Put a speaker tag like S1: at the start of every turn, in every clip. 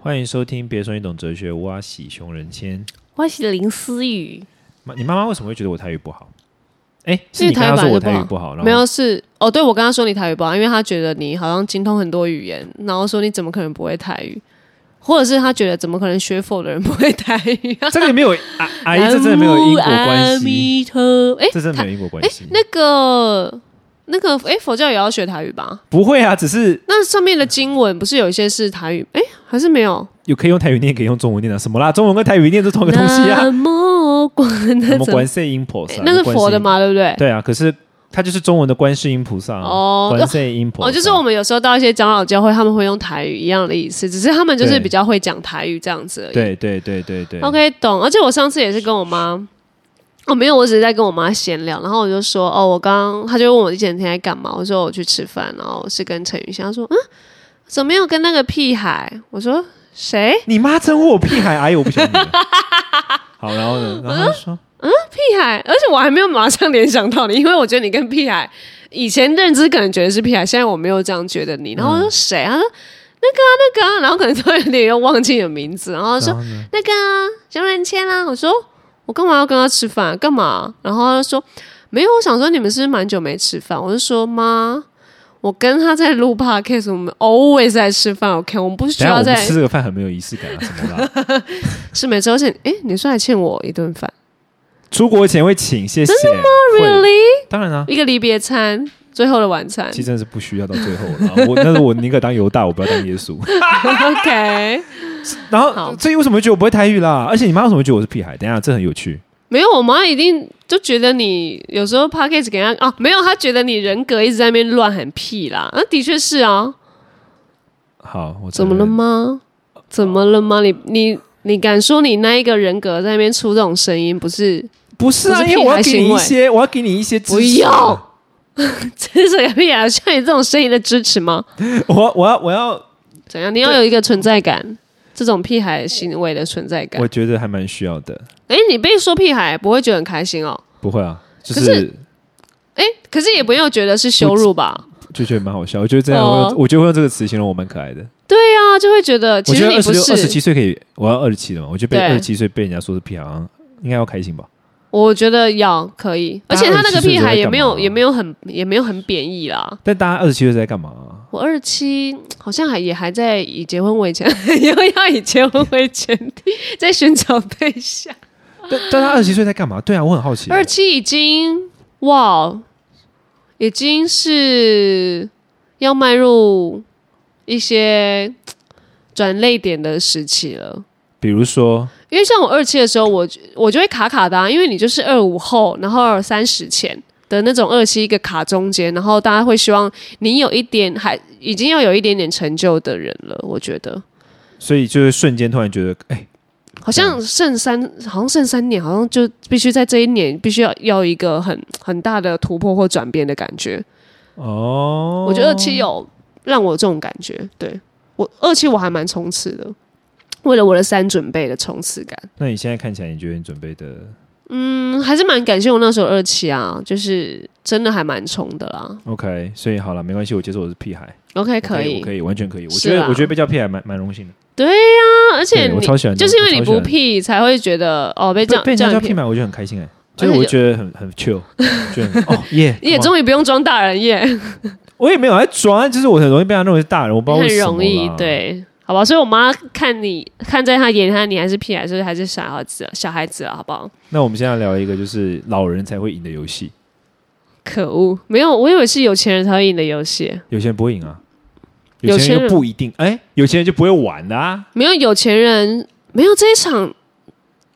S1: 欢迎收听《别说你懂哲学》，我喜熊仁谦。
S2: 我是林思雨，
S1: 妈你妈妈为什么会觉得我台语不好？哎，是
S2: 因为
S1: 你跟她
S2: 台语
S1: 说我
S2: 本
S1: 台
S2: 来就
S1: 语不好，然后
S2: 没有是哦，对我跟他说你台语不好，因为他觉得你好像精通很多语言，然后说你怎么可能不会台语，或者是他觉得怎么可能学佛的人不会台 语、啊？
S1: 这个也没有阿阿姨，这真的没有因果关
S2: 南无阿
S1: 系，
S2: 弥陀，哎、
S1: 这真的没有因果关系。
S2: 那个那个，哎、佛教也要学台语吧？
S1: 不会啊，只是
S2: 那上面的经文不是有一些是台语？哎、还是没有？
S1: 有可以用台语念，也可以用中文念啊的、什么啦？中文跟台语念是同一个东西啊。
S2: 南无观
S1: 什
S2: 那
S1: 么
S2: 怎么哎
S1: 观世音菩萨
S2: 诶？那是佛的
S1: 吗？
S2: 嘛，对不对？
S1: 对啊，可是它就是中文的观世音菩萨啊
S2: 哦
S1: 观世音菩萨
S2: 哦，就是我们有时候到一些长老教会，他们会用台语一样的意思，只是他们就是
S1: 对
S2: 比较会讲台语这样子而已。
S1: 对对对对对。
S2: OK，懂。而且我上次也是跟我妈，哦，没有，我只是在跟我妈闲聊，然后我就说，哦，我刚，她就问我一整天在干嘛，我说我去吃饭，然后是跟陈宇香，她说，嗯，怎么没有跟那个屁孩？我说谁？
S1: 你妈真我屁孩，哎呦，我不喜欢你 了。好，然后呢？然后她就说
S2: 屁孩？而且我还没有马上联想到你，因为我觉得你跟屁孩以前认知可能觉得是屁孩，现在我没有这样觉得你。然后
S1: 嗯
S2: 我说谁？他说那个啊，那个啊，然后可能都有点又忘记你的名字，然后说
S1: 然后呢
S2: 那个啊，熊仁谦啊。我说我干嘛要跟他吃饭、干嘛？然后他就说没有，我想说你们是不是蛮久没吃饭。我就说妈。我跟他在录 podcast，我们 always 在吃饭，OK，我们不需
S1: 等一下
S2: 要
S1: 我
S2: 在
S1: 们吃这个饭很没有仪式感啊，什么 啦？
S2: 是每周而且，诶，你说还欠我一顿饭
S1: 出国前会请，谢谢。真的吗
S2: ，really？
S1: 当然啊，
S2: 一个离别餐，最后的晚餐
S1: 其。实真的是不需要到最后了。我但是我宁可当犹大，我不要当耶稣。
S2: OK，
S1: 然后
S2: 好
S1: 至于为什么会觉得我不会台语啦？而且你妈为什么会觉得我是屁孩？等一下，这很有趣。
S2: 没有，我妈一定就觉得你有时候 p a c k a g e 给她啊，没有，她觉得你人格一直在那边乱喊屁啦。那、的确是啊，
S1: 好，我
S2: 怎么了
S1: 承认？
S2: 吗？怎么了吗？你你你敢说你那一个人格在那边出这种声音，不是？
S1: 不是啊，
S2: 不是
S1: 因为我要
S2: 屁孩
S1: 给你
S2: 行
S1: 一
S2: 为
S1: 些，我要给你一些支持。
S2: 不要，这是个屁啊！像你这种声音的支持吗？
S1: 我我要我要，
S2: 怎样？你要有一个存在感，这种屁孩行为的存在感
S1: 我。觉得还蛮需要的。
S2: 哎，你被说屁孩不会觉得很开心哦？
S1: 不会啊，就
S2: 可是哎，可是也不要觉得是羞辱吧？
S1: 就觉得蛮好笑。我觉得这样会用，
S2: 哦
S1: 我觉得会用这个词形容我蛮可爱的。
S2: 对啊，就会觉得
S1: 我
S2: 其
S1: 觉
S2: 实
S1: 得
S2: 你
S1: 二十
S2: 不
S1: 六、二十
S2: 是。
S1: 七岁可以，我要二十七了嘛，我觉得被二
S2: 对
S1: 十七岁被人家说是屁孩，好像应该要开心吧？
S2: 我觉得要可以，
S1: 大
S2: 而
S1: 家
S2: 且他那个屁孩也没
S1: 27岁在干
S2: 有
S1: 嘛啊
S2: 也没有很也没有很贬义啦。
S1: 但大家二十七岁在干嘛啊、
S2: 我二十七好像还也还在以结婚为前， 又要以结婚为前提，在寻找对象。
S1: 但但他二十七岁在干嘛？对啊，我很好奇。
S2: 二十七已经哇，已经是要迈入一些转泪点的时期了。
S1: 比如说，
S2: 因为像我二期的时候，我我就会卡卡的、啊，因为你就是二五后，然后三十前的那种二期一个卡中间，然后大家会希望你有一点还已经要有一点点成就的人了，我觉得
S1: 所以就是瞬间突然觉得，哎、
S2: 好像剩三好像剩三年，好像就必须在这一年必须要要一个很很大的突破或转变的感觉。
S1: 哦，
S2: 我觉得二期有让我这种感觉，对我二期我还蛮冲刺的，为了我的三准备的冲刺感。
S1: 那你现在看起来，你觉得你准备的
S2: 嗯，还是蛮感谢我那时候二期啊，就是真的还蛮冲的啦。
S1: OK？所以好了，没关系，我接受我是屁孩，
S2: OK，
S1: 我可
S2: 以
S1: 我，可以，完全可以。我
S2: 是
S1: 觉得，
S2: 啦
S1: 我觉得被叫屁孩蛮蛮荣幸的。
S2: 对呀、而且
S1: 对我
S2: 你
S1: 超喜欢的，
S2: 就是因为你
S1: 我超喜欢
S2: 不屁，才会觉得哦被这
S1: 被
S2: 样
S1: 被人
S2: 这
S1: 家叫
S2: 样
S1: 屁
S2: 骗，
S1: 孩，我就很开心哎、
S2: 且
S1: 就是我
S2: 有
S1: 觉得很很 chill，就很 哦耶，
S2: 你也
S1: come on
S2: 终于不用装大人耶，
S1: 我也没有在装，就是我很容易被他认为是大人，我不知道为
S2: 很
S1: 什么
S2: 容易
S1: 啦，
S2: 对，好吧。所以我妈看你看在她眼里，看你还是屁孩，所以还是小孩子，小孩子了，啊好不好？
S1: 那我们现在聊一个就是老人才会赢的游戏，
S2: 可恶，没有，我以为是有钱人才会赢的游戏，
S1: 有些人不会赢啊，
S2: 有
S1: 些
S2: 些人
S1: 人就不一定，哎、有些人就不会玩的啊。
S2: 没有有钱人，没有这一场，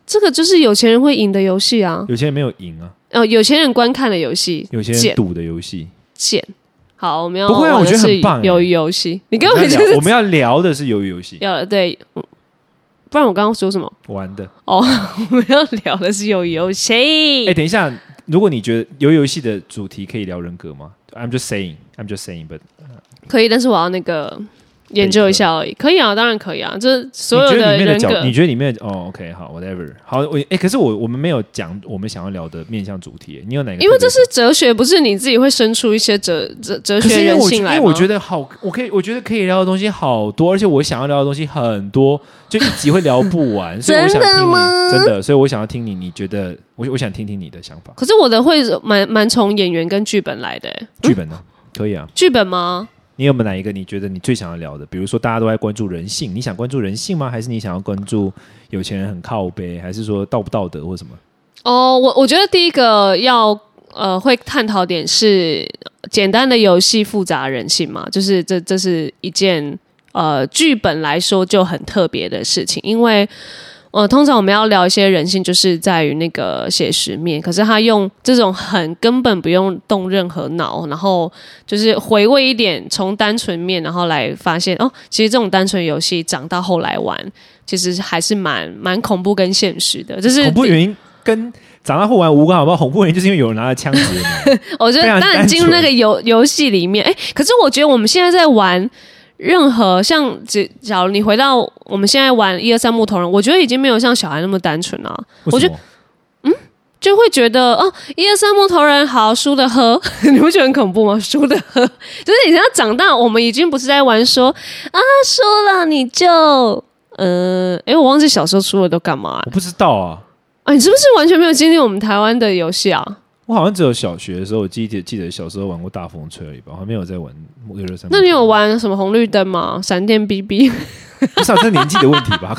S2: 这个就是有钱人会赢的游戏啊。
S1: 有些人没有赢啊，
S2: 哦，有钱人观看的游戏，
S1: 有些人
S2: 贱
S1: 赌的游戏。
S2: 贱。好，我们要
S1: 不会啊
S2: 玩
S1: 我
S2: 的
S1: 觉得很
S2: 是
S1: 棒欸
S2: 鱿鱼游戏，你
S1: 我
S2: 根本
S1: 们
S2: 就
S1: 要聊
S2: 是
S1: 我们要聊的是鱿鱼游戏
S2: 要了对，嗯不然我刚刚说什么？
S1: 玩的。
S2: 哦，我们要聊的是鱿鱼游戏。
S1: 哎、等一下，如果你觉得鱿鱼游戏的主题可以聊人格吗？I'm just saying, I'm just saying, but
S2: 可以，但是我要那个，研究一下而已，可以啊，当然可以啊，这所有
S1: 你觉得里面的
S2: 人
S1: 角，
S2: 格
S1: 你觉得里面的哦，OK，好，whatever，好，我哎、可是我我们没有讲我们想要聊的面向主题，你有哪个特别想？
S2: 因为这是哲学，不是你自己会生出一些哲哲哲
S1: 可是
S2: 学
S1: 因为
S2: 人
S1: 我觉
S2: 性
S1: 因
S2: 来
S1: 为
S2: 吗？
S1: 我觉得好，我可以，我觉得可以聊的东西好多，而且我想要聊的东西很多，就一集会聊不完，所以我想听
S2: 真的吗
S1: 你真的，所以我想要听你，你觉得我我想听听你的想法，
S2: 可是我的会蛮蛮从演员跟剧本来的、欸
S1: 剧本呢？可以啊，
S2: 剧本吗？
S1: 你有没有哪一个你觉得你最想要聊的？比如说大家都在关注人性，你想关注人性吗？还是你想要关注有钱人很靠背，还是说道不道德或什么？
S2: 哦，我我觉得第一个要呃会探讨点是简单的游戏复杂人性嘛，就是这这是一件呃剧本来说就很特别的事情，因为呃通常我们要聊一些人性，就是在于那个写实面，可是他用呃这种很根本不用动任何脑，然后就是回味一点从单纯面，然后来发现哦，其实这种单纯游戏长到后来玩，其实还是蛮蛮恐怖跟现实的，就是
S1: 恐怖原因跟长大后玩无关，好不好？恐怖原因就是因为有人拿着枪指你。啊
S2: 我觉
S1: 非
S2: 得
S1: 常
S2: 当然
S1: 单
S2: 进入
S1: 纯
S2: 那个游游戏里面，哎、可是我觉得我们现在在玩任何像，只假如你回到我们现在玩一二三木头人，我觉得已经没有像小孩那么单纯了、
S1: 为什么
S2: 我觉就会觉得哦，一二三木头人好输的喝， 你不觉得很恐怖吗？输的喝，就是你现在长大，我们已经不是在玩说啊输了你就。呃，哎、我忘记小时候输了都干嘛、
S1: 我不知道啊，
S2: 啊，你是不是完全没有经历我们台湾的游戏啊？
S1: 我好像只有小学的时候，我记得记得小时候玩过大风吹而已吧，我还没有在玩六六三。
S2: 那你有？玩什么红绿灯吗？闪电 BB
S1: 不是、啊，这年纪的问题 吧？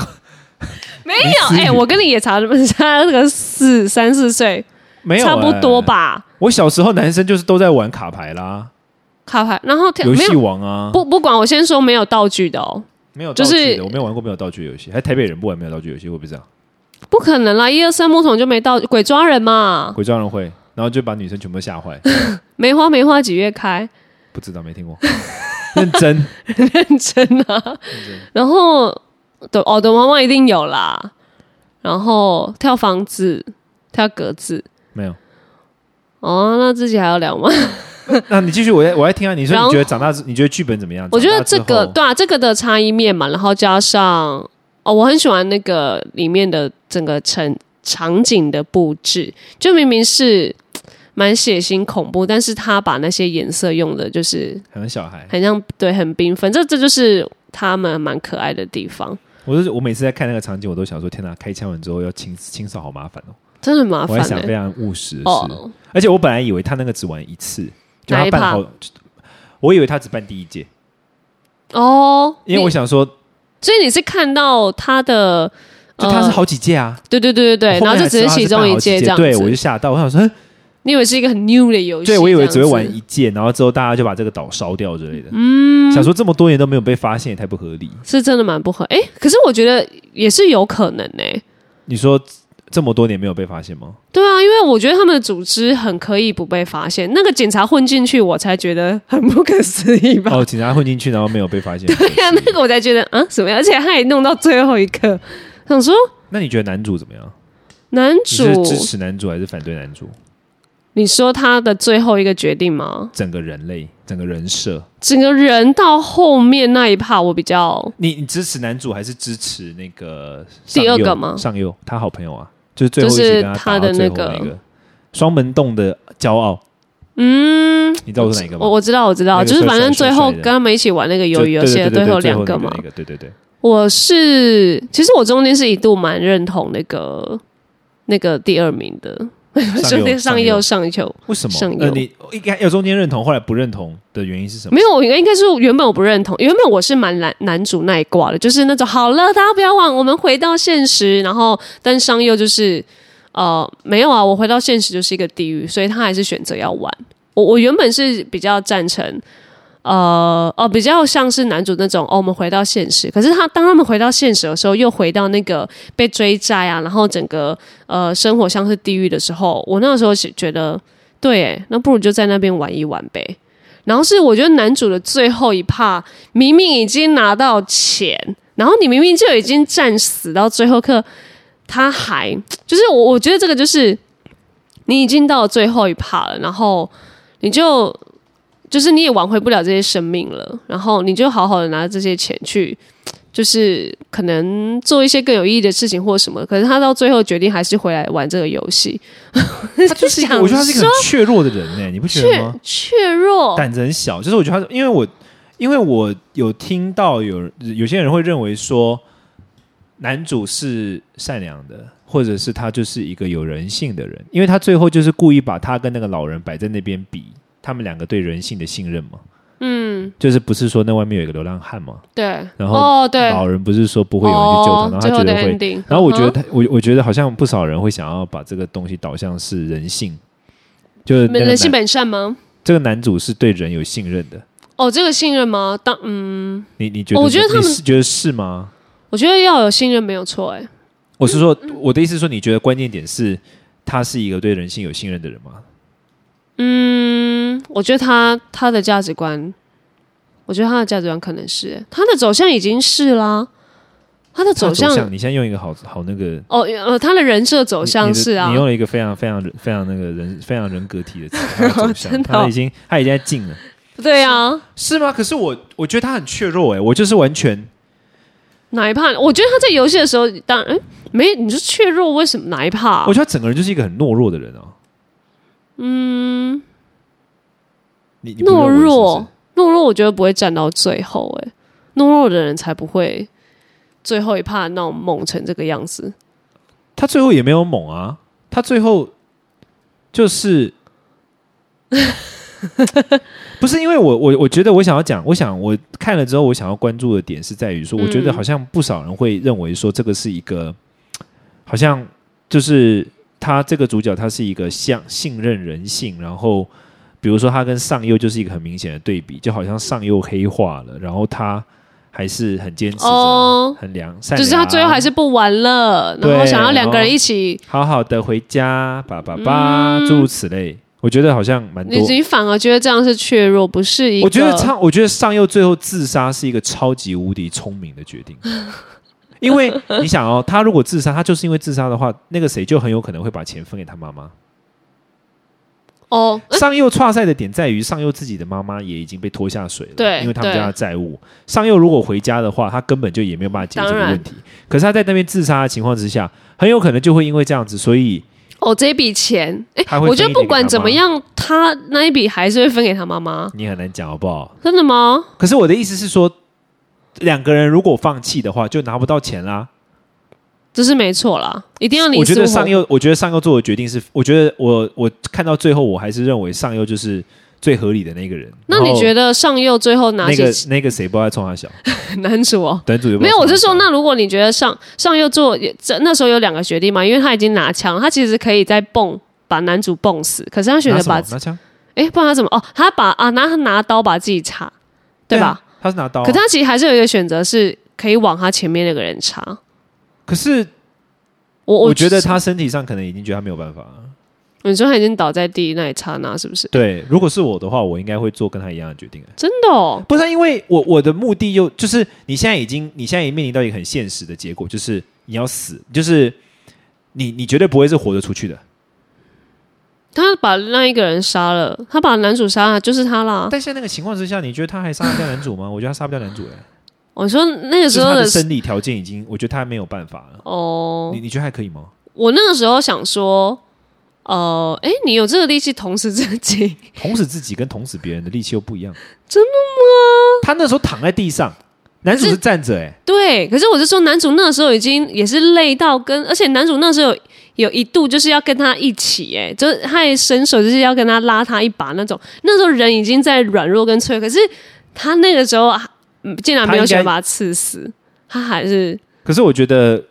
S2: 没有，哎、我跟你也差不多差那个四三四岁，
S1: 没有、啊欸
S2: 差不多。吧。
S1: 我小时候男生就是都在玩卡牌啦、
S2: 卡牌，然后
S1: 游
S2: 没
S1: 戏
S2: 有
S1: 王啊，
S2: 不不管，我先说没有道具的哦，
S1: 没有
S2: 就
S1: 道
S2: 是
S1: 具的，我没有玩过没有道具的游戏，还台北人不玩没有道具游戏，会不会这样？
S2: 不可能啦！一二三木桶就没道具，鬼抓人嘛，
S1: 鬼抓人会，然后就把女生全部吓 坏，
S2: 梅花梅花几月开，
S1: 不知道没听过，认真。
S2: 认真啊。然后的哦，的妈妈一定有啦。然后跳房子，跳格子，
S1: 没有，
S2: 哦，那自己还要聊吗？
S1: 那你继续，我在我在听啊。你说
S2: 然后
S1: 你觉得长大之，你觉得剧本怎么样？
S2: 我觉得
S1: 长
S2: 这
S1: 大之
S2: 个
S1: 后
S2: 对啊，这个的差异面嘛，然后加上哦，我很喜欢那个里面的整个城场景的布置，就明明是嘖蛮血腥恐怖，但是他把那些颜色用的就是
S1: 很小孩，
S2: 很像对很缤纷，这这就是他们蛮可爱的地方，
S1: 我就是我每次在看那个场景，我都想说，天哪，开枪完之后要清清扫，好麻烦哦。
S2: 真的很麻
S1: 我
S2: 烦、
S1: 在想
S2: 欸、
S1: 非常务实的事，
S2: 哦。
S1: 而且我本来以为他那个只玩一次，就
S2: 哪
S1: 他
S2: 一
S1: 办
S2: 趴
S1: 好，我以为他只办第一届，
S2: 哦，
S1: 因为我
S2: 你
S1: 想说，
S2: 所以你是看到他的，呃
S1: 就他是好几届啊，
S2: 对对对嗯对对，
S1: 我
S2: 然
S1: 后
S2: 后
S1: 面才
S2: 就只
S1: 知道他
S2: 其
S1: 是
S2: 中
S1: 办
S2: 一
S1: 好几
S2: 届这样
S1: 对
S2: 子
S1: 我就吓到，我想说，哼
S2: 你以为是一个很 new 的游戏，
S1: 对我以为只会
S2: 这样
S1: 玩
S2: 子
S1: 一届，然后之后大家就把这个岛烧掉之类的，嗯，想说这么多年都没有被发现，也太不合理。
S2: 是真的蛮不合。哎、可是我觉得也是有可能呢、
S1: 你说这么多年没有被发现 吗？
S2: 对啊，因为我觉得他们的组织很可以不被发现，那个警察混进去，我才觉得很不可思议吧。
S1: 哦，警察混进去，然后没有被发现。
S2: 对呀、
S1: 很可惜
S2: 那个我才觉得啊什么样，而且他也弄到最后一刻，想说
S1: 那你觉得男主怎么样？
S2: 男
S1: 你
S2: 主
S1: 是，支持男主还是反对男主？
S2: 你说他的最后一个决定吗？
S1: 整个人类，整个人设，
S2: 整个人到后面那一趴，我比较
S1: 你你支持男主还是支持那个
S2: 第
S1: 上
S2: 二
S1: 右
S2: 个吗
S1: 上右，他好朋友啊，就是最后一
S2: 就
S1: 集
S2: 是
S1: 跟他
S2: 他
S1: 打到
S2: 的
S1: 最
S2: 那
S1: 后
S2: 个
S1: 那个双门洞的骄傲。嗯，你知道我是哪一个吗？
S2: 我我知道我知道，
S1: 那个
S2: 就是反正
S1: 帅帅
S2: 最后
S1: 帅
S2: 跟
S1: 的
S2: 他们一起玩那个游
S1: 就
S2: 游游戏
S1: 对
S2: 的
S1: 对对对
S2: 后
S1: 对
S2: 两个
S1: 那
S2: 嘛，
S1: 个对对对，
S2: 我是，其实我中间是一度蛮认同那个那个第二名的，
S1: 上
S2: 就
S1: 右
S2: 是上
S1: 右
S2: 右，上右，
S1: 为什么
S2: 上？
S1: 呃，
S2: 右
S1: 你一开有中间认同，后来不认同的原因是什么？
S2: 没有，我应该应该是原本我不认同，原本我是蛮男男主那一挂的，就是那种好了，大家不要往我们回到现实，然后但上右就是呃没有啊，我回到现实就是一个地狱，所以他还是选择要玩。我我原本是比较赞成，呃哦，比较像是男主那种哦，我们回到现实。可是他当他们回到现实的时候，又回到那个被追债啊，然后整个呃生活像是地狱的时候，我那个时候是觉得，对，诶那不如就在那边玩一玩呗。然后是我觉得男主的最后一趴，明明已经拿到钱，然后你明明就已经战死到最后刻，他还就是我我觉得这个就是你已经到了最后一趴了，然后你就就是你也挽回不了这些生命了，然后你就好好的拿这些钱去，就是可能做一些更有意义的事情或什么。可是他到最后决定还是回来玩这个游戏，
S1: 他就是一个，
S2: 想
S1: 我觉得他是一个很怯弱的人呢、你不觉得
S2: 怯
S1: 吗？
S2: 怯弱，
S1: 胆子很小，就是我觉得他，因为我因为我有听到有有些人会认为说，男主是善良的，或者是他就是一个有人性的人，因为他最后就是故意把他跟那个老人摆在那边比，他们两个对人性的信任嘛，
S2: 嗯，
S1: 就是不是说那外面有一个流浪汉嘛，
S2: 对，
S1: 然后
S2: 哦对，
S1: 老人不是说不会有人去救他，
S2: 哦
S1: 然后他
S2: 最
S1: 觉
S2: 后的
S1: 得会
S2: ending，
S1: 然后我觉得
S2: 嗯哼
S1: 他，我我觉得好像不少人会想要把这个东西导向是人性，就是那个
S2: 人性
S1: 男
S2: 本善吗？
S1: 这个男主是对人有信任的。
S2: 哦，这个信任吗？当嗯，
S1: 你你觉得？
S2: 我觉得他们
S1: 你是觉得是吗？
S2: 我觉得要有信任没有错，哎，
S1: 我是说，我的意思是说，你觉得关键点是他是一个对人性有信任的人吗？
S2: 嗯，我觉得他他的价值观，我觉得他的价值观可能是欸他的走向已经是啦，他的
S1: 他
S2: 走
S1: 走
S2: 向
S1: 你现在用一个好好那个
S2: 哦呃，他的人设走
S1: 你
S2: 向
S1: 你的
S2: 是啊
S1: 你，用了一个非常非常非常那个人非常人格体的词，他的走 向，
S2: 真的哦
S1: 他已经他已经在进了，
S2: 对啊，
S1: 是吗？可是我我觉得他很怯弱哎、我就是完全
S2: 哪一怕？我觉得他在游戏的时候，当然、诶没，你就怯弱，为什么哪一啊怕、
S1: 我觉得他整个人就是一个很懦弱的人哦。
S2: 嗯，
S1: 你你不认
S2: 懦
S1: 为是不是
S2: 弱，懦弱，我觉得不会站到最后、欸，懦弱的人才不会最后一怕闹猛成这个样子。
S1: 他最后也没有猛啊，他最后就是 不是因为我我我觉得我想要讲，我想我看了之后，我想要关注的点是在于说，我觉得
S2: 嗯
S1: 好像不少人会认为说这个是一个好像就是他这个主角他是一个像信任人性，然后。比如说，他跟上右就是一个很明显的对比，就好像上右黑化了，然后他还是很坚持着、
S2: 哦
S1: 很良善
S2: 就
S1: 良，啊
S2: 是他最后还是不玩了，然后
S1: 对啊
S2: 想要两个
S1: 然
S2: 人
S1: 后
S2: 一起，
S1: 好好的回家，爸爸爸，
S2: 嗯
S1: 诸如此类。我觉得好像蛮
S2: 你
S1: 多。
S2: 你反而觉得这样是怯弱，不是一个。
S1: 我觉得上，我觉得上佑最后自杀是一个超级无敌聪明的 决定，因为你想哦，他如果自杀，他就是因为自杀的话，那个谁就很有可能会把钱分给他 妈妈。
S2: 哦，
S1: 上佑岔赛的点在于，上佑自己的妈妈也已经被拖下水了，
S2: 对
S1: 因为他们
S2: 对
S1: 家的债务。上佑如果回家的话，他根本就也没有办法解决这
S2: 当
S1: 个
S2: 然
S1: 问题。可是他在那边自杀的情况之下，很有可能就会因为这样子，所以
S2: 哦，这笔钱，哎、
S1: 他会
S2: 我觉
S1: 分
S2: 得
S1: 一点
S2: 不管
S1: 给他
S2: 怎么
S1: 妈
S2: 样，他那一笔还是会分给他妈妈。
S1: 你很难讲好不好？
S2: 真的吗？
S1: 可是我的意思是说，两个人如果放弃的话，就拿不到钱啦。
S2: 这是没错啦，一定要你
S1: 我觉
S2: 死
S1: 得
S2: 我
S1: 上右，我觉得上右做的决定是，我觉得我我看到最后，我还是认为上右就是最合理的那个人。
S2: 那你觉
S1: 得
S2: 得上右最后拿
S1: 哦那
S2: 起
S1: 个那个谁不爱冲他小，
S2: 男主哦？
S1: 等主有
S2: 没有，我是说，
S1: 那
S2: 那如果你觉得上上右做也这那时候有两个决定嘛，因为他已经拿枪，他其实可以再蹦把男主蹦死，可是他选择把
S1: 拿什么拿枪
S2: 哎，不然他怎么？哦，他把啊拿他拿刀把自己插，对吧？？
S1: 啊他是拿刀啊，
S2: 可他其实还是有一个选择，是可以往他前面那个人插。
S1: 可是
S2: 我
S1: 我觉得，他身体上可能已经觉得他没有办法了。
S2: 你说他已经倒在地那一刹那，是不是？
S1: 对，如果是我的话，我应该会做跟他一样的决定。
S2: 真的哦，
S1: 不是啊因为我我的目的又就是你现在已经你现在也面临到一个很现实的结果，就是你要死，就是你你绝对不会是活着出去的。
S2: 啊他把那一个人杀了，他把男主杀了，就是他啦。
S1: 但现在那个情况之下，你觉得他还杀得掉男主吗？我觉得他杀不掉男主哎、
S2: 我说那个
S1: 就是
S2: 时候
S1: 他
S2: 的
S1: 的生理条件已经，我觉得他没有办法了。
S2: 哦
S1: 你，你觉得还可以吗？
S2: 我那个时候想说，呃，哎，你有这个力气捅死自己，
S1: 捅死自己跟捅死别人的力气又不一样，真的吗？他那时候躺在地上，男主是站着哎、
S2: 对。可是我是说，男主那个时候已经也是累到跟，而且男主那时候有有一度就是要跟他一起、哎，就是他也伸手就是要跟他拉他一把那种。那时候人已经在软弱跟脆弱，可是他那个时候啊嗯竟然
S1: 他
S2: 没有
S1: 应该
S2: 选择把他刺死，他还是
S1: 可是我觉得，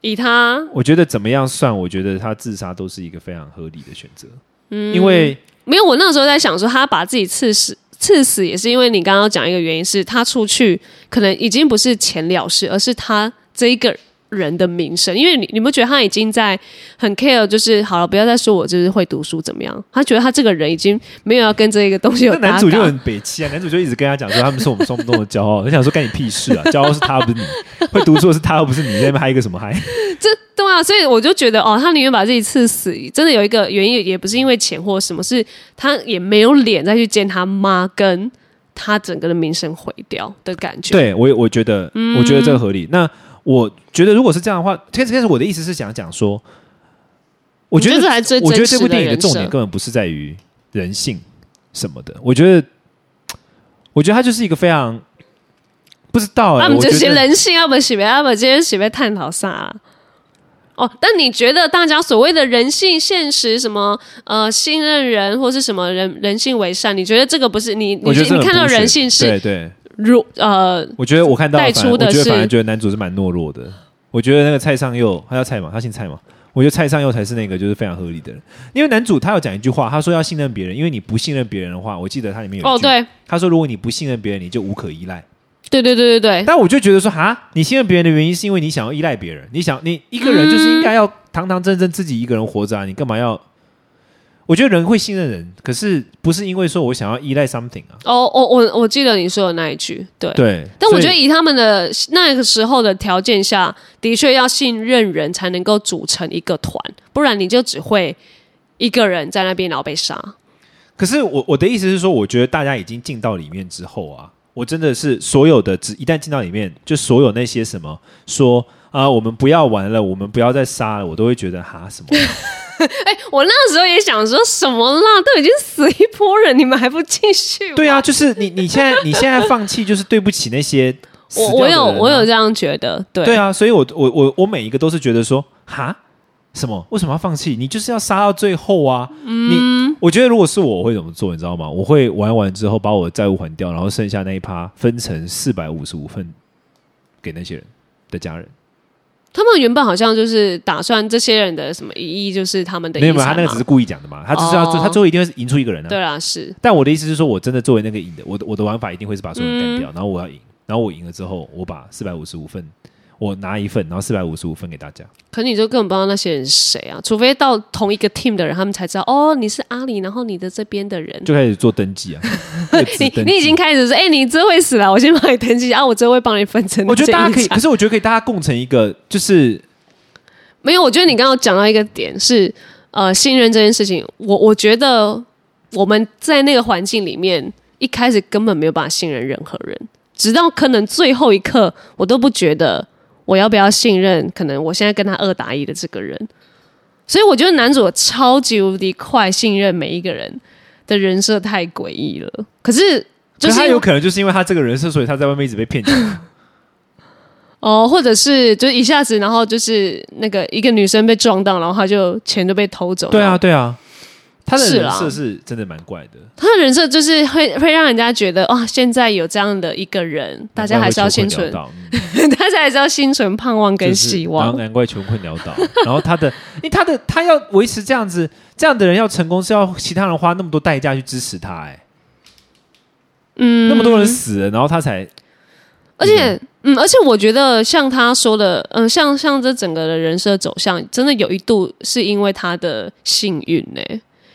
S2: 以他，
S1: 我觉得怎么样算？我觉得他自杀都是一个非常合理的选择，
S2: 嗯，
S1: 因为
S2: 没有，我那时候在想说，他把自己刺死，刺死也是因为你刚刚讲一个原因是，他出去可能已经不是钱了事，而是他这一个人的名声，因为你你们觉得他已经在很 care，就是好了，不要再说我就是会读书怎么样，他觉得他这个人已经没有要跟这个东西有
S1: 那
S2: 搭
S1: 男
S2: 嘎
S1: 主就很北气啊，男主就一直跟他讲说，他们是我们双方的骄傲。我想说，干你屁事啊！骄傲是他又不是你，会读书的是他又不是你，在那边嗨一个什么 嗨？
S2: 对啊，所以我就觉得哦，他宁愿把自己刺死，真的有一个原因，也不是因为钱或什么，是他也没有脸再去见他妈，跟他整个的名声毁掉的感觉。，
S1: 对我也，我觉得，
S2: 嗯
S1: 我觉得这个合理。那我觉得，如果是这样的话，其实其实我的意思是想讲说，我觉
S2: 觉
S1: 得
S2: 这才是最
S1: 我觉
S2: 真
S1: 得这
S2: 实
S1: 部电影的
S2: 人
S1: 重点
S2: 生。
S1: 根本不是在于人性什么的，我觉得，我觉得它就是一个非常不知道、欸，
S2: 他们
S1: 我
S2: 这
S1: 觉
S2: 些
S1: 得
S2: 人性，要不喜欢，要不今天喜欢探讨啥、哦，但你觉得大家所谓的人性、现实什么呃信任人或是什么人人性为善，你觉得这个不是你你
S1: 我觉得这
S2: 你
S1: 很
S2: 看到
S1: bullshit，
S2: 人性是
S1: 对对，
S2: 如呃
S1: 我觉得我看到
S2: 带
S1: 反而
S2: 出的
S1: 我觉得反而
S2: 是
S1: 觉得男主是蛮懦弱的。我觉得那个蔡尚佑，他叫蔡嘛，他姓蔡嘛。我觉得蔡尚佑才是那个就是非常合理的人，因为男主他有讲一句话，他说要信任别人，因为你不信任别人的话，我记得他里面有一
S2: 哦
S1: 句
S2: 对
S1: 他说如果你不信任别人，你就无可依赖。
S2: 对对对对对，
S1: 但我就觉得说哈，你信任别人的原因是因为你想要依赖别人，你想你一个人就是应该要堂堂正正自己一个人活着啊，你干嘛要？我觉得人会信任人，可是不是因为说我想要依赖 something 啊？
S2: 哦，我我我记得你说的那一句，对。
S1: 对，
S2: 但
S1: 所
S2: 我
S1: 以
S2: 觉得以他们的那个时候的条件下，的确要信任人才能够组成一个团，不然你就只会一个人在那边然后被杀。
S1: 可是我我的意思是说，我觉得大家已经进到里面之后啊，我真的是所有的只一旦进到里面，就所有那些什么说啊、我们不要玩了，我们不要再杀了，我都会觉得哈什么。
S2: 哎、 我那时候也想说什么啦，都已经死一波人，你们还不继续玩？
S1: 对啊，就是你你现在你现在放弃，就是对不起那些死掉
S2: 我我
S1: 的人啊
S2: 有我有这样觉得，对
S1: 对啊，所以我我我我每一个都是觉得说哈。什
S2: 嗯
S1: 么？为什么要放弃？你就是要杀到最后啊！你，我觉得如果是我，我会怎么做？你知道吗？我会玩完之后把我的债务还掉，然后剩下那一趴分成四百五十五份给那些人的家人。
S2: 他们原本好像就是打算这些人的什么遗义就是他们的遗
S1: 没有没
S2: 产嘛，
S1: 有，他那个只是故意讲的嘛，他就是要最、
S2: 哦
S1: 他最后一定会赢出一个人啊。
S2: 对啦，是
S1: 但我的意思是说，我真的作为那个赢的，我的我的玩法一定会是把所有人干
S2: 嗯
S1: 掉，然后我要赢，然后我赢了之后，我把四百五十五份，我拿一份，然后四百五十五分给大家。
S2: 可你就根本不知道那些人是谁啊，除非到同一个 team 的人，他们才知道哦，你是阿里，然后你的这边的人，
S1: 就开始做登记啊。 各自
S2: 你
S1: 登
S2: 你
S1: 记啊
S2: 已经开始说，哎、你这会死了，我先帮你登记啊，我这会帮你分成这一场。
S1: 我觉得大家可以，可是我觉得可以，大家共成一个，就是
S2: 没有，我觉得你刚刚有讲到一个点是，呃，信任这件事情，我我觉得我们在那个环境里面，一开始根本没有办法信任任何人，直到可能最后一刻，我都不觉得我要不要信任，可能我现在跟他二打一的这个人，所以我觉得男主超级无敌快信任每一个人的人设太诡异了，可是就
S1: 可
S2: 是
S1: 他
S2: 因为
S1: 有可能就是因为他这个人设，所以他在外面一直被骗钱。
S2: 哦，或者是就一下子，然后就是那个一个女生被撞到，然后她就钱都被偷走。
S1: 对
S2: 然后
S1: 啊，对啊，他的
S2: 是
S1: 人
S2: 啦
S1: 设是真的蛮怪的，
S2: 他的人设就是会会让人家觉得哇，现在有这样的一个人，大家还是要心存
S1: 难，怪会穷困潦倒嗯
S2: 大家还是要心存盼望跟
S1: 就是
S2: 希望。
S1: 难难怪穷困潦倒。 然后他的，因为他的他要维持这样子这样的人要成功，是要其他人花那么多代价去支持他、哎，
S2: 嗯，
S1: 那么多人死了，然后他才
S2: 而且，嗯，而且我觉得像他说的，嗯、像像这整个的人设走向，真的有一度是因为他的幸运呢、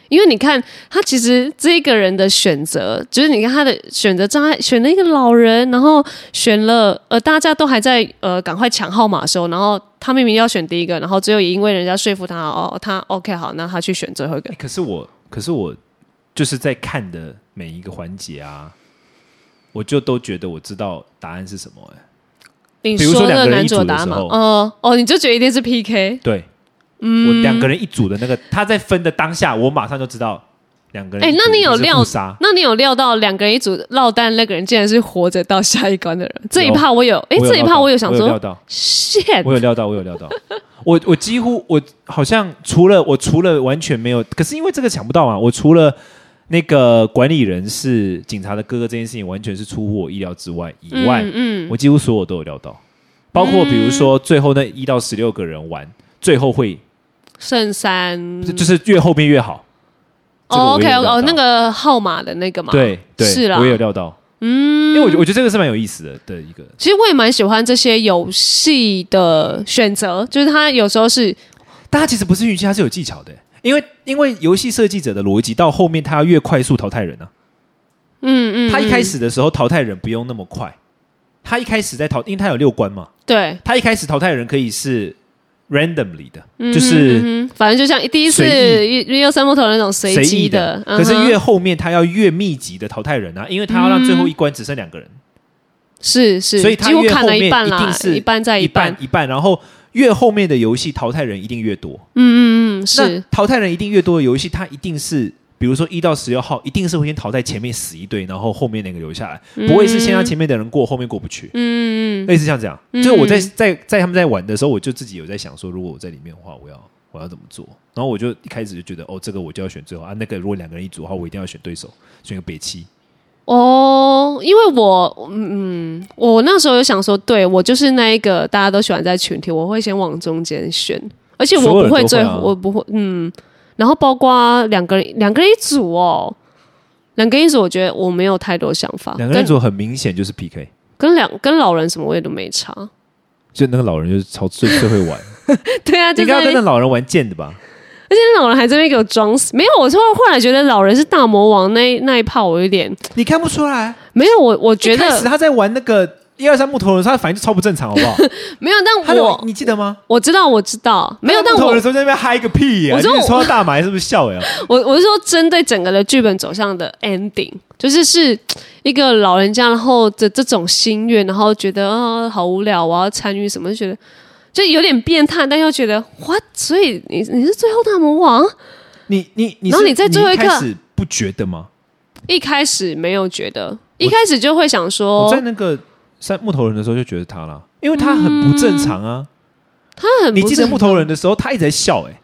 S2: 因为你看，他其实这个人的选择，就是你看他的选择障碍，选了一个老人，然后选了呃，大家都还在呃赶快抢号码的时候，然后他明明要选第一个，然后最后也因为人家说服他，哦，他 OK 好，那他去选最后一个
S1: 欸。可是我，可是我就是在看的每一个环节啊，我就都觉得我知道答案是什么、哎，
S2: 你
S1: 比如说
S2: 说那
S1: 两
S2: 个
S1: 个人
S2: 男
S1: 一
S2: 主
S1: 组的
S2: 答案
S1: 时
S2: 嘛？
S1: 候
S2: 哦哦，你就觉得一定是 PK。
S1: 对，嗯，我两个人一组的那个，他在分的当下，我马上就知道两个人
S2: 哎
S1: 一组
S2: 那你有
S1: 一定是
S2: 料
S1: 互杀？
S2: 那你有料到两个人一组落单，那个人竟然是活着到下一关的人？这一趴我有，哎，
S1: 我有
S2: 这一
S1: 料
S2: 趴
S1: 到
S2: 我有想
S1: 料
S2: 说
S1: 到，
S2: ，shit，
S1: 我有料到，我有料到。我我几乎我好像除了我除了完全没有，可是因为这个抢不到啊，我除了那个管理人是警察的哥哥这件事情，完全是出乎我意料之外以外，
S2: 嗯，嗯
S1: 我几乎所有都有料到，包括比如说最后那一到十六个人玩，最后会
S2: 剩三
S1: 就就是越后面越好。这个
S2: 嗯哦
S1: 我也
S2: ，OK，哦
S1: 有料到
S2: 哦，那个号码的那个嘛，
S1: 对对，
S2: 是啦
S1: 我也有料到，嗯，因为我觉得我觉得这个是蛮有意思的的一个，
S2: 其实我也蛮喜欢这些游戏的选择，就是它有时候是
S1: 但它其实不是运气，它是有技巧的，因为因为游戏设计者的逻辑到后面他要越快速淘汰人啊，
S2: 嗯嗯，
S1: 他一开
S2: 嗯
S1: 始的时候淘汰人不用那么快，他一开始在淘，因为他有六关嘛，
S2: 对，
S1: 他一开始淘汰人可以是 randomly 的，
S2: 嗯
S1: 就是。
S2: 嗯嗯反正就像第一次
S1: 随
S2: 一六三木头那种随
S1: 随
S2: 机
S1: 意
S2: 的，嗯
S1: 可是
S2: 哼
S1: 越后面他要越密集的淘汰人啊，因为他要让最
S2: 嗯
S1: 后一关只剩两个人，
S2: 是是，
S1: 所以它
S2: 几乎
S1: 越
S2: 砍
S1: 后
S2: 了一
S1: 面
S2: 半
S1: 一
S2: 啦
S1: 定，是
S2: 一半再
S1: 一
S2: 半
S1: 半，一半，然后越后面的游戏淘汰人一定越多。
S2: 嗯嗯嗯，
S1: 那
S2: 是
S1: 淘汰人一定越多的游戏，它一定是，比如说一到十六号，一定是会先淘汰前面死一堆，然后后面那个留下来，不会是先让前面的人过，后面过不去。
S2: 嗯嗯嗯
S1: 类似像这样，就是我在在在他们在玩的时候，我就自己有在想说，如果我在里面的话，我要我要怎么做？然后我就一开始就觉得，哦，这个我就要选最后啊，那个如果两个人一组的话，我一定要选对手，选个北七。
S2: 哦，因为我嗯，嗯我那时候有想说，对我就是那一个大家都喜欢在群体，我会先往中间选，而且
S1: 所有
S2: 我
S1: 人
S2: 不会
S1: 都
S2: 最，
S1: 会啊
S2: 我不会嗯，然后包括两个人两个人一组哦，两个人一组，我觉得我没有太多想法，
S1: 两个人
S2: 跟
S1: 组很明显就是 PK，
S2: 跟两跟老人什么我也都没差，
S1: 就那个老人就是超最最会玩，
S2: 对啊，就
S1: 应该
S2: 在
S1: 要
S2: 那
S1: 跟
S2: 边
S1: 那老人玩剑的吧？
S2: 而且那老人还在那边给我装死，没有，我后后来觉得老人是大魔王那一那一炮，我有点
S1: 你看不出来，
S2: 没有，我我觉
S1: 一开始
S2: 得
S1: 他在玩那个一二三木头人的时候，他反应就超不正常，好 不好？
S2: 没有，
S1: 他
S2: 但
S1: 的
S2: 我
S1: 你记得吗？
S2: 我知道我知道没有，
S1: 他
S2: 但
S1: 木头
S2: 我
S1: 人的时候在那边嗨个屁呀、
S2: 我
S1: 你
S2: 说我
S1: 你抽到大麻是不是笑呀、
S2: 我我是说针对整个的剧本走向的 ending，就是是一个老人家，然后的这种心愿，然后觉得啊、好无聊，我要参与什么，就觉得就有点变态，但又觉得 what，所以你你是最后大魔王，
S1: 你你你是，
S2: 然后你在最后一刻
S1: 你开始不觉得吗？
S2: 一开始没有觉得，一开始就会想
S1: 我
S2: 说
S1: 在那个三木头人的时候就觉得他啦，因为他很不正常啊。
S2: 他嗯很
S1: 你
S2: 不
S1: 记得
S2: 是
S1: 木头人的时候，他一直在笑、欸，哎，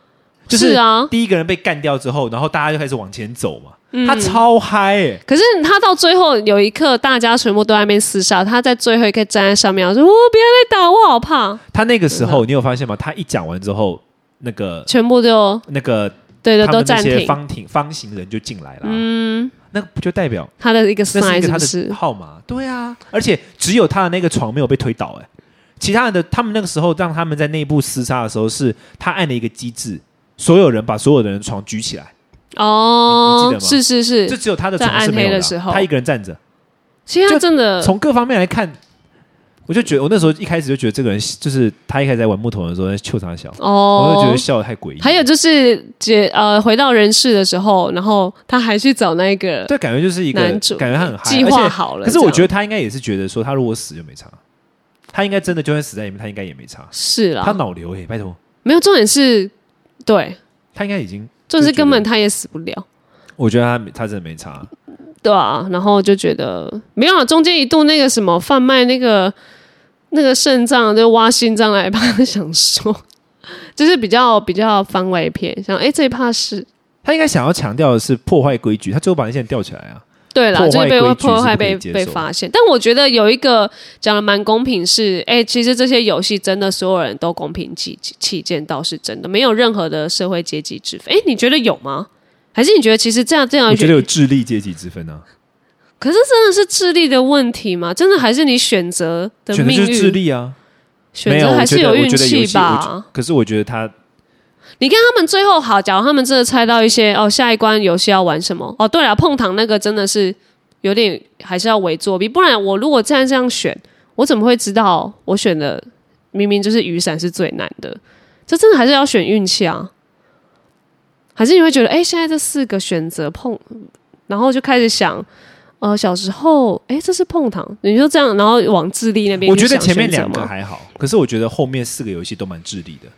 S1: 就是
S2: 啊，
S1: 第一个人被干掉之后，然后大家就开始往前走嘛，
S2: 嗯
S1: 他超嗨、欸，
S2: 可是他到最后有一刻，大家全部都在那边厮杀，他在最后一刻站在上面，我说：“哦，不要再打，我好怕。
S1: 他那个时候，你有发现吗？他一讲完之后，那”个
S2: 全部就
S1: 那个
S2: 对的
S1: 他
S2: 都
S1: 们那
S2: 暂
S1: 些
S2: 停。
S1: 方挺方形人就进来了啊、
S2: 嗯，
S1: 那不就代表
S2: 他的一个
S1: 那是
S2: sign
S1: 一个
S2: 是不
S1: 他
S2: 是
S1: 的？号码？对啊，而且只有他的那个床没有被推倒、欸，哎，其他人的他们那个时候让他们在内部厮杀的时候是，他按了一个机制，所有人把所有的人的床举起来，你
S2: 哦
S1: 你，记得吗
S2: 是是，
S1: 就是只有他的
S2: 在
S1: 床是
S2: 暗
S1: 没有
S2: 黑的
S1: 啊
S2: 时候呃
S1: 他一个人站着。
S2: 其实他
S1: 就
S2: 真的
S1: 从各方面来看，我就觉得我那时候一开始就觉得这个人就是他一开始在玩木头人的时候在秀他笑，我就觉
S2: 哦
S1: 得。笑的太诡异。
S2: 还有就是解呃回到人世的时候，然后他还去找那个
S1: 对，感觉就是一个
S2: 男主，
S1: 感觉他很嗨，
S2: 计
S1: 而
S2: 划
S1: 且
S2: 好了。
S1: 可是我觉
S2: 得
S1: 得他应该也是觉得说，他如果死就没差，他应该真的就算死在里面，他应该也没差。
S2: 是啊
S1: 他
S2: 啦，
S1: 脑瘤哎、拜托，
S2: 没有重点是，对，
S1: 他应该已经，
S2: 重
S1: 就
S2: 点
S1: 是觉得
S2: 根本他也死不了。
S1: 我觉得他没他真的没差。
S2: 对啊，然后就觉得没有啊，中间一度那个什么贩卖那个那个肾脏，就挖心脏来吧，想说 就是比较比较番外片，想哎这一趴是
S1: 他应该想要强调的是破坏规矩，他最后把那些人吊起来啊。
S2: 对啦，
S1: 破坏
S2: 就是被
S1: 规矩
S2: 破坏
S1: 是可以
S2: 被
S1: 接受
S2: 被发现。但我觉得有一个讲的蛮公平是，哎，其实这些游戏真的所有人都公平起起见到是真的，没有任何的社会阶级之分。哎，你觉得有吗？还是你觉得其实这样这样
S1: 我
S2: 一
S1: 觉
S2: 句
S1: 得有智力阶级之分啊，
S2: 可是真的是智力的问题吗？真的还是你选择的
S1: 选择
S2: 命
S1: 就
S2: 运？
S1: 是智力啊。
S2: 选择还是
S1: 没有，
S2: 运
S1: 我觉得我觉得游
S2: 气
S1: 戏我
S2: 吧
S1: 觉。可是我觉得他
S2: 你看他们最后好，假如他们真的猜到一些哦，下一关游戏要玩什么？哦，对了，碰糖那个真的是有点还是要伪作弊，不然我如果这样这样选，我怎么会知道我选的明明就是雨伞是最难的？这真的还是要选运气啊？还是你会觉得，哎，现在这四个选择碰，然后就开始想，呃，小时候，哎，这是碰糖，你就这样，然后往智力那边
S1: 我
S2: 去
S1: 觉得
S2: 想选
S1: 前
S2: 择吗，
S1: 面两个还好，可是我觉得后面四个游戏都蛮智力的。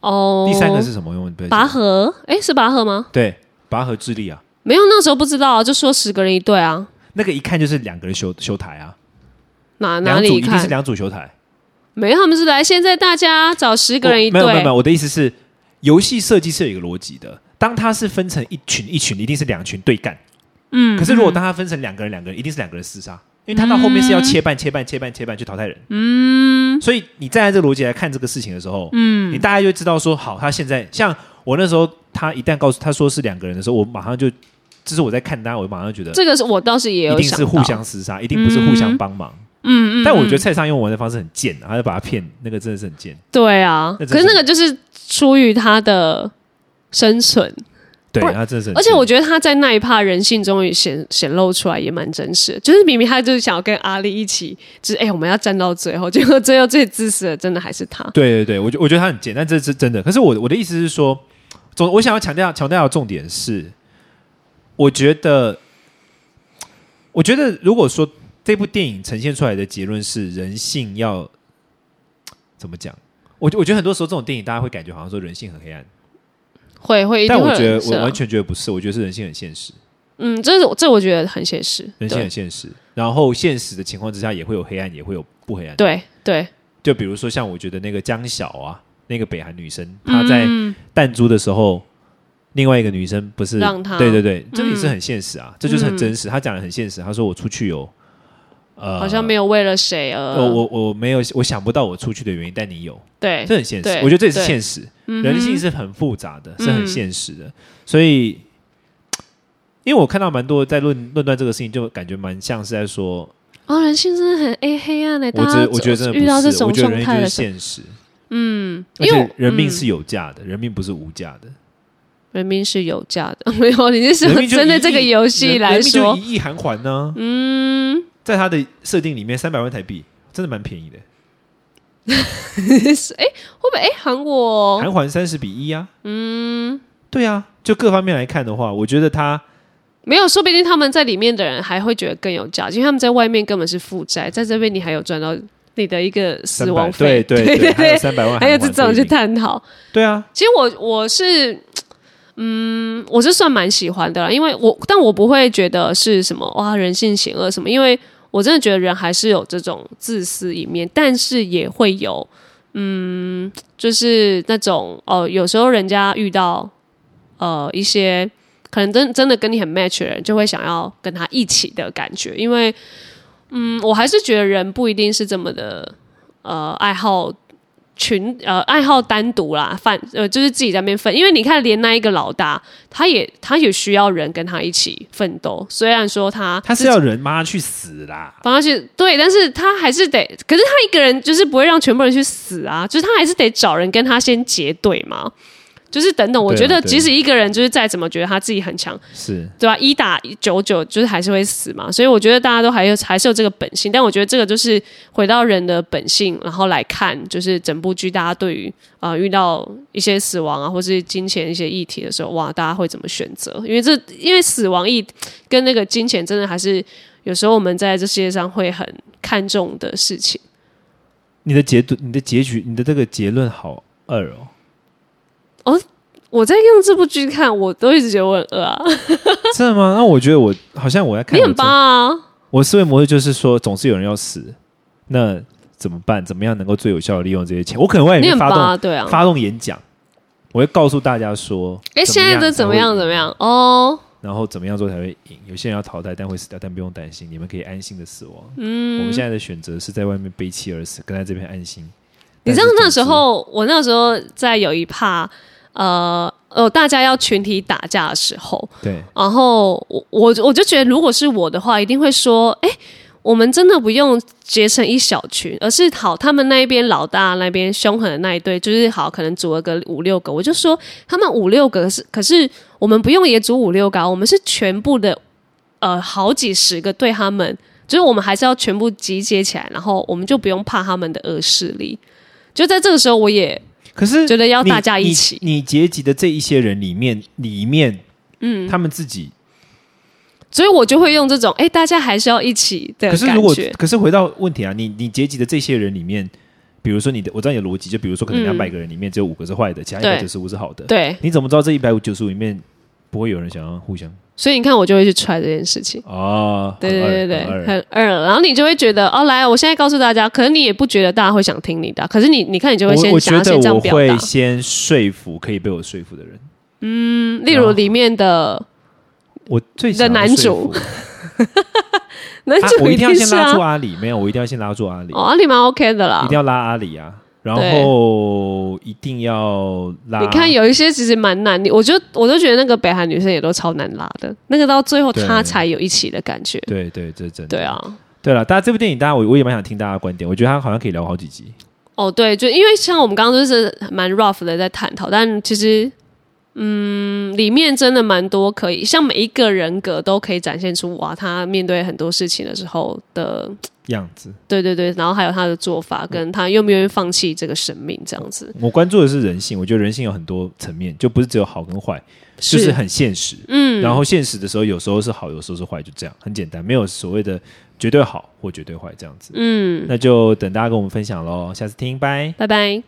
S2: 哦，
S1: 第三个是什么？用
S2: 拔河，哎，是拔河吗？
S1: 对拔河智力啊，
S2: 没有，那时候不知道，就说十个人一队啊，
S1: 那个一看就是两个人修修台啊，
S2: 哪哪
S1: 两组
S2: 里
S1: 一定是
S2: 看？
S1: 两组修台。
S2: 没有，他们是来现在大家找十个人一
S1: 我没有没有没
S2: 队，
S1: 有，我的意思是，游戏设计是有一个逻辑的。当它是分成一群一群，一定是两群对干。
S2: 嗯
S1: 可是如果当它分成两个人两个人，一定是两个人厮杀，因为它到后面是要切半切半切半切半去淘汰人。嗯，所以你站在这个逻辑来看这个事情的时候，嗯，你大概就知道说，好，他现在像我那时候，他一旦告诉他说是两个人的时候，我马上就这是我在看他，我马上觉得
S2: 这个是我倒是也
S1: 一
S2: 有
S1: 定
S2: 想
S1: 是
S2: 到，
S1: 互相厮杀，一定不是互相帮忙。
S2: 嗯，嗯嗯，
S1: 但我觉得蔡尚用玩的方式很贱啊，他就把他骗，那个真的是很贱。
S2: 对啊，
S1: 那真
S2: 可是
S1: 是
S2: 那个就是出于他的生存，
S1: 对，
S2: 不然
S1: 他真的是很
S2: 而且
S1: 贱
S2: 我觉得他在那一趴人性中也显显露出来，也蛮真实的。就是明明他就是想要跟阿丽一起，就是哎、我们要站到最后，结果最后最自私的真的还是 他。
S1: 对对对，我觉我觉得他很简单，这是真的。可是我我的意思是说，总我想要强调强调的重点是，我觉得，我觉得如果说这部电影呈现出来的结论是人性要怎么讲，我我觉得很多时候这种电影大家会感觉好像说人性很黑暗，
S2: 会会，一定
S1: 但
S2: 会
S1: 我
S2: 啊有
S1: 觉得
S2: 人设
S1: 我完全觉得不是，我觉得是人性很现实，
S2: 嗯，这是这我觉得很现实，
S1: 人性很
S2: 对
S1: 现实。然后现实的情况之下也会有黑暗，也会有不黑暗。，
S2: 对对，
S1: 就比如说像我觉得那个江晓啊，那个北韩女生，她在、
S2: 嗯
S1: 弹珠的时候，另外一个女生不是
S2: 让她嗯
S1: 对对对，这个也是很现实啊，这就是很真实。她讲的很现实，她说我出去有，呃，
S2: 好像没有呃为了谁而
S1: 我我我没有，我想不到我出去的原因，但你有，
S2: 对
S1: 这很现实
S2: 对。
S1: 我觉得这也是
S2: 对
S1: 现实，
S2: 嗯哼
S1: 人性是很复杂的，是很
S2: 嗯
S1: 现实的，所以。因为我看到蛮多在论论断这个事情，就感觉蛮像是在说，
S2: 哦，人性真的很哎黑暗嘞，
S1: 我
S2: 大
S1: 觉
S2: 家
S1: 得我觉得真的不
S2: 遇到这
S1: 是，我
S2: 种
S1: 觉得
S2: 状
S1: 人
S2: 态
S1: 就
S2: 的
S1: 是
S2: 时候，
S1: 现实，
S2: 嗯，
S1: 而
S2: 因为
S1: 且
S2: 我
S1: 人命
S2: 嗯
S1: 是有价的，人命不是无价的。
S2: 人民是有价的， 没有，你是
S1: 人
S2: 说
S1: 民就
S2: 针对
S1: 一
S2: 这个
S1: 亿
S2: 游戏
S1: 人
S2: 来
S1: 人民就
S2: 说，
S1: 一亿韩环呢、
S2: 嗯，
S1: 在它的设定里面，三百万台币真的蛮便宜的，
S2: 是哎，会不会哎韩国
S1: 韩环三十比一啊，嗯，对啊，就各方面来看的话，我觉得它
S2: 没有？说不定他们在里面的人还会觉得更有价值，因为他们在外面根本是负债，在这边你还有赚到你的一个死
S1: 300
S2: 亡费，
S1: 对对对，
S2: 对
S1: 还有
S2: 对，
S1: 三百万韩环
S2: 还有这种
S1: 可以
S2: 去
S1: 领
S2: 探讨。
S1: 对啊，
S2: 其实我我是。嗯，我是算蛮喜欢的啦，因为我但我不会觉得是什么哇人性险恶什么，因为我真的觉得人还是有这种自私一面，但是也会有嗯，就是那种哦、有时候人家遇到呃一些可能真真的跟你很 match 的人，就会想要跟他一起的感觉，因为嗯，我还是觉得人不一定是这么的呃爱好群呃爱好单独啦，反呃就是自己在那边分，因为你看连那一个老大，他也他也需要人跟他一起奋斗，虽然说他
S1: 他是要人妈去死 啦，
S2: 帮他去对，但是他还是得，可是他一个人就是不会让全部人去死啊，就是他还是得找人跟他先结对嘛。就是等等，我
S1: 对啊
S2: 觉得
S1: 对
S2: 即使一个人就是再怎么觉得他自己很强，
S1: 是
S2: 对吧、一打九九就是还是会死嘛，所以我觉得大家都还有还是有这个本性，但我觉得这个就是回到人的本性，然后来看就是整部剧大家对于啊、呃遇到一些死亡啊或是金钱一些议题的时候，哇，大家会怎么选择？因为这因为死亡议跟那个金钱真的还是有时候我们在这世界上会很看重的事情。
S1: 你的结你的结局，你的这个结论好二哦，
S2: 我在用这部剧看，我都一直觉得我很饿啊，
S1: 真的吗？那我觉得我好像我在看
S2: 你
S1: 我
S2: 很
S1: 这
S2: 棒啊，
S1: 我思维模式就是说，总是有人要死，那怎么办？怎么样能够最有效的利用这些钱？我可能会
S2: 你很
S1: 哎发
S2: 棒
S1: 动
S2: 啊，对啊。
S1: 发动演讲，我会告诉大家说，
S2: 哎，现在都怎么样
S1: 才会
S2: 怎么样哦？
S1: 然后怎么样做才会赢？有些人要淘汰，但会死掉，但不用担心，你们可以安心的死亡。嗯，我们现在的选择是在外面悲泣而死，跟在这边安心。
S2: 你知道
S1: 但是
S2: 那时
S1: 总之，
S2: 候，我那时候在有一趴，呃呃，大家要群体打架的时候，
S1: 对
S2: 然后我我我就觉得，如果是我的话，一定会说，哎、我们真的不用结成一小群，而是好，他们那一边老大那边凶狠的那一队，就是好，可能组了个五六个，我就说他们五六个是，可是我们不用也组五六个啊，我们是全部的，呃，好几十个对他们，就是我们还是要全部集结起来，然后我们就不用怕他们的恶势力。就在这个时候，我也
S1: 可是
S2: 觉得要
S1: 你
S2: 大家一起
S1: 你你结集的这一些人里面，里面，嗯，他们自己。
S2: 所以我就会用这种，哎、大家还是要一起的
S1: 可
S2: 感
S1: 是如果
S2: 觉，。
S1: 可是回到问题啊，你你结集的这些人里面，比如说你的，我知道你的逻辑，就比如说可能
S2: 嗯
S1: 两百个人里面只有五个是坏的，其他一
S2: 对
S1: 百九十五是好的。，
S2: 对，
S1: 你怎么知道这一百九十五里面不会有人想要互相
S2: 所以你看，我就会去 try 这件事情。
S1: 啊？
S2: 对
S1: 很二
S2: 对对对
S1: 很二，
S2: 很二，然后你就会觉得哦，来，我现在告诉大家，可能你也不觉得大家会想听你的啊，可是你你看，你就会
S1: 我
S2: 先
S1: 我
S2: 想
S1: 觉
S2: 要
S1: 得
S2: 先这样
S1: 我
S2: 表
S1: 会
S2: 达。
S1: 先说服可以被我说服的人。
S2: 嗯，例如里面
S1: 啊
S2: 的
S1: 我最想要
S2: 的男
S1: 说
S2: 主
S1: 服
S2: 男
S1: 啊
S2: 主
S1: 我一定要先
S2: 是
S1: 拉住
S2: 啊，
S1: 阿里，没有，我一定要先拉住阿里，
S2: 哦，阿里蛮 OK 的啦
S1: 一定，要拉阿里啊。然后一定要拉。
S2: 你看有一些其实蛮难，你我就我就觉得那个北韩女生也都超难拉的，那个到最后
S1: 对
S2: 她才有一起的感觉。
S1: 对对，这是真的。
S2: 对，啊，
S1: 对了，大家这部电影，大家我我也蛮想听大家的观点，我觉得他好像可以聊好几集。
S2: 哦对，就因为像我们刚刚就是蛮 rough 的在探讨，但其实嗯，里面真的蛮多可以，像每一个人格都可以展现出哇，他面对很多事情的时候的，
S1: 样子，
S2: 对对对，然后还有他的做法，跟他愿不愿意放弃这个生命这样子，
S1: 我关注的是人性，我觉得人性有很多层面，就不是只有好跟坏，就是很现实。
S2: 嗯，
S1: 然后现实的时候，有时候是好，有时候是坏，就这样，很简单，没有所谓的绝对好或绝对坏这样子。
S2: 嗯，
S1: 那就等大家跟我们分享喽，下次听，拜。
S2: 拜拜。